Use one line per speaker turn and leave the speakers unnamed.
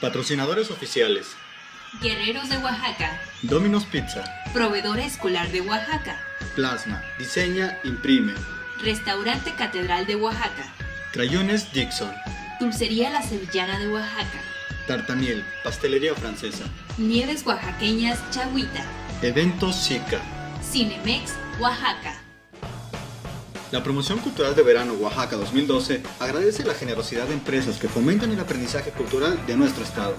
Patrocinadores oficiales.
Guerreros de Oaxaca,
Domino's Pizza.
Proveedora Escolar de Oaxaca,
Plasma. Diseña, imprime.
Restaurante Catedral de Oaxaca,
Crayones Dixon.
Dulcería La Sevillana de Oaxaca,
Tartamiel. Pastelería francesa.
Nieves Oaxaqueñas Chahuita,
Eventos Sica.
Cinemex Oaxaca.
La promoción cultural de verano Oaxaca 2012 agradece la generosidad de empresas que fomentan el aprendizaje cultural de nuestro estado.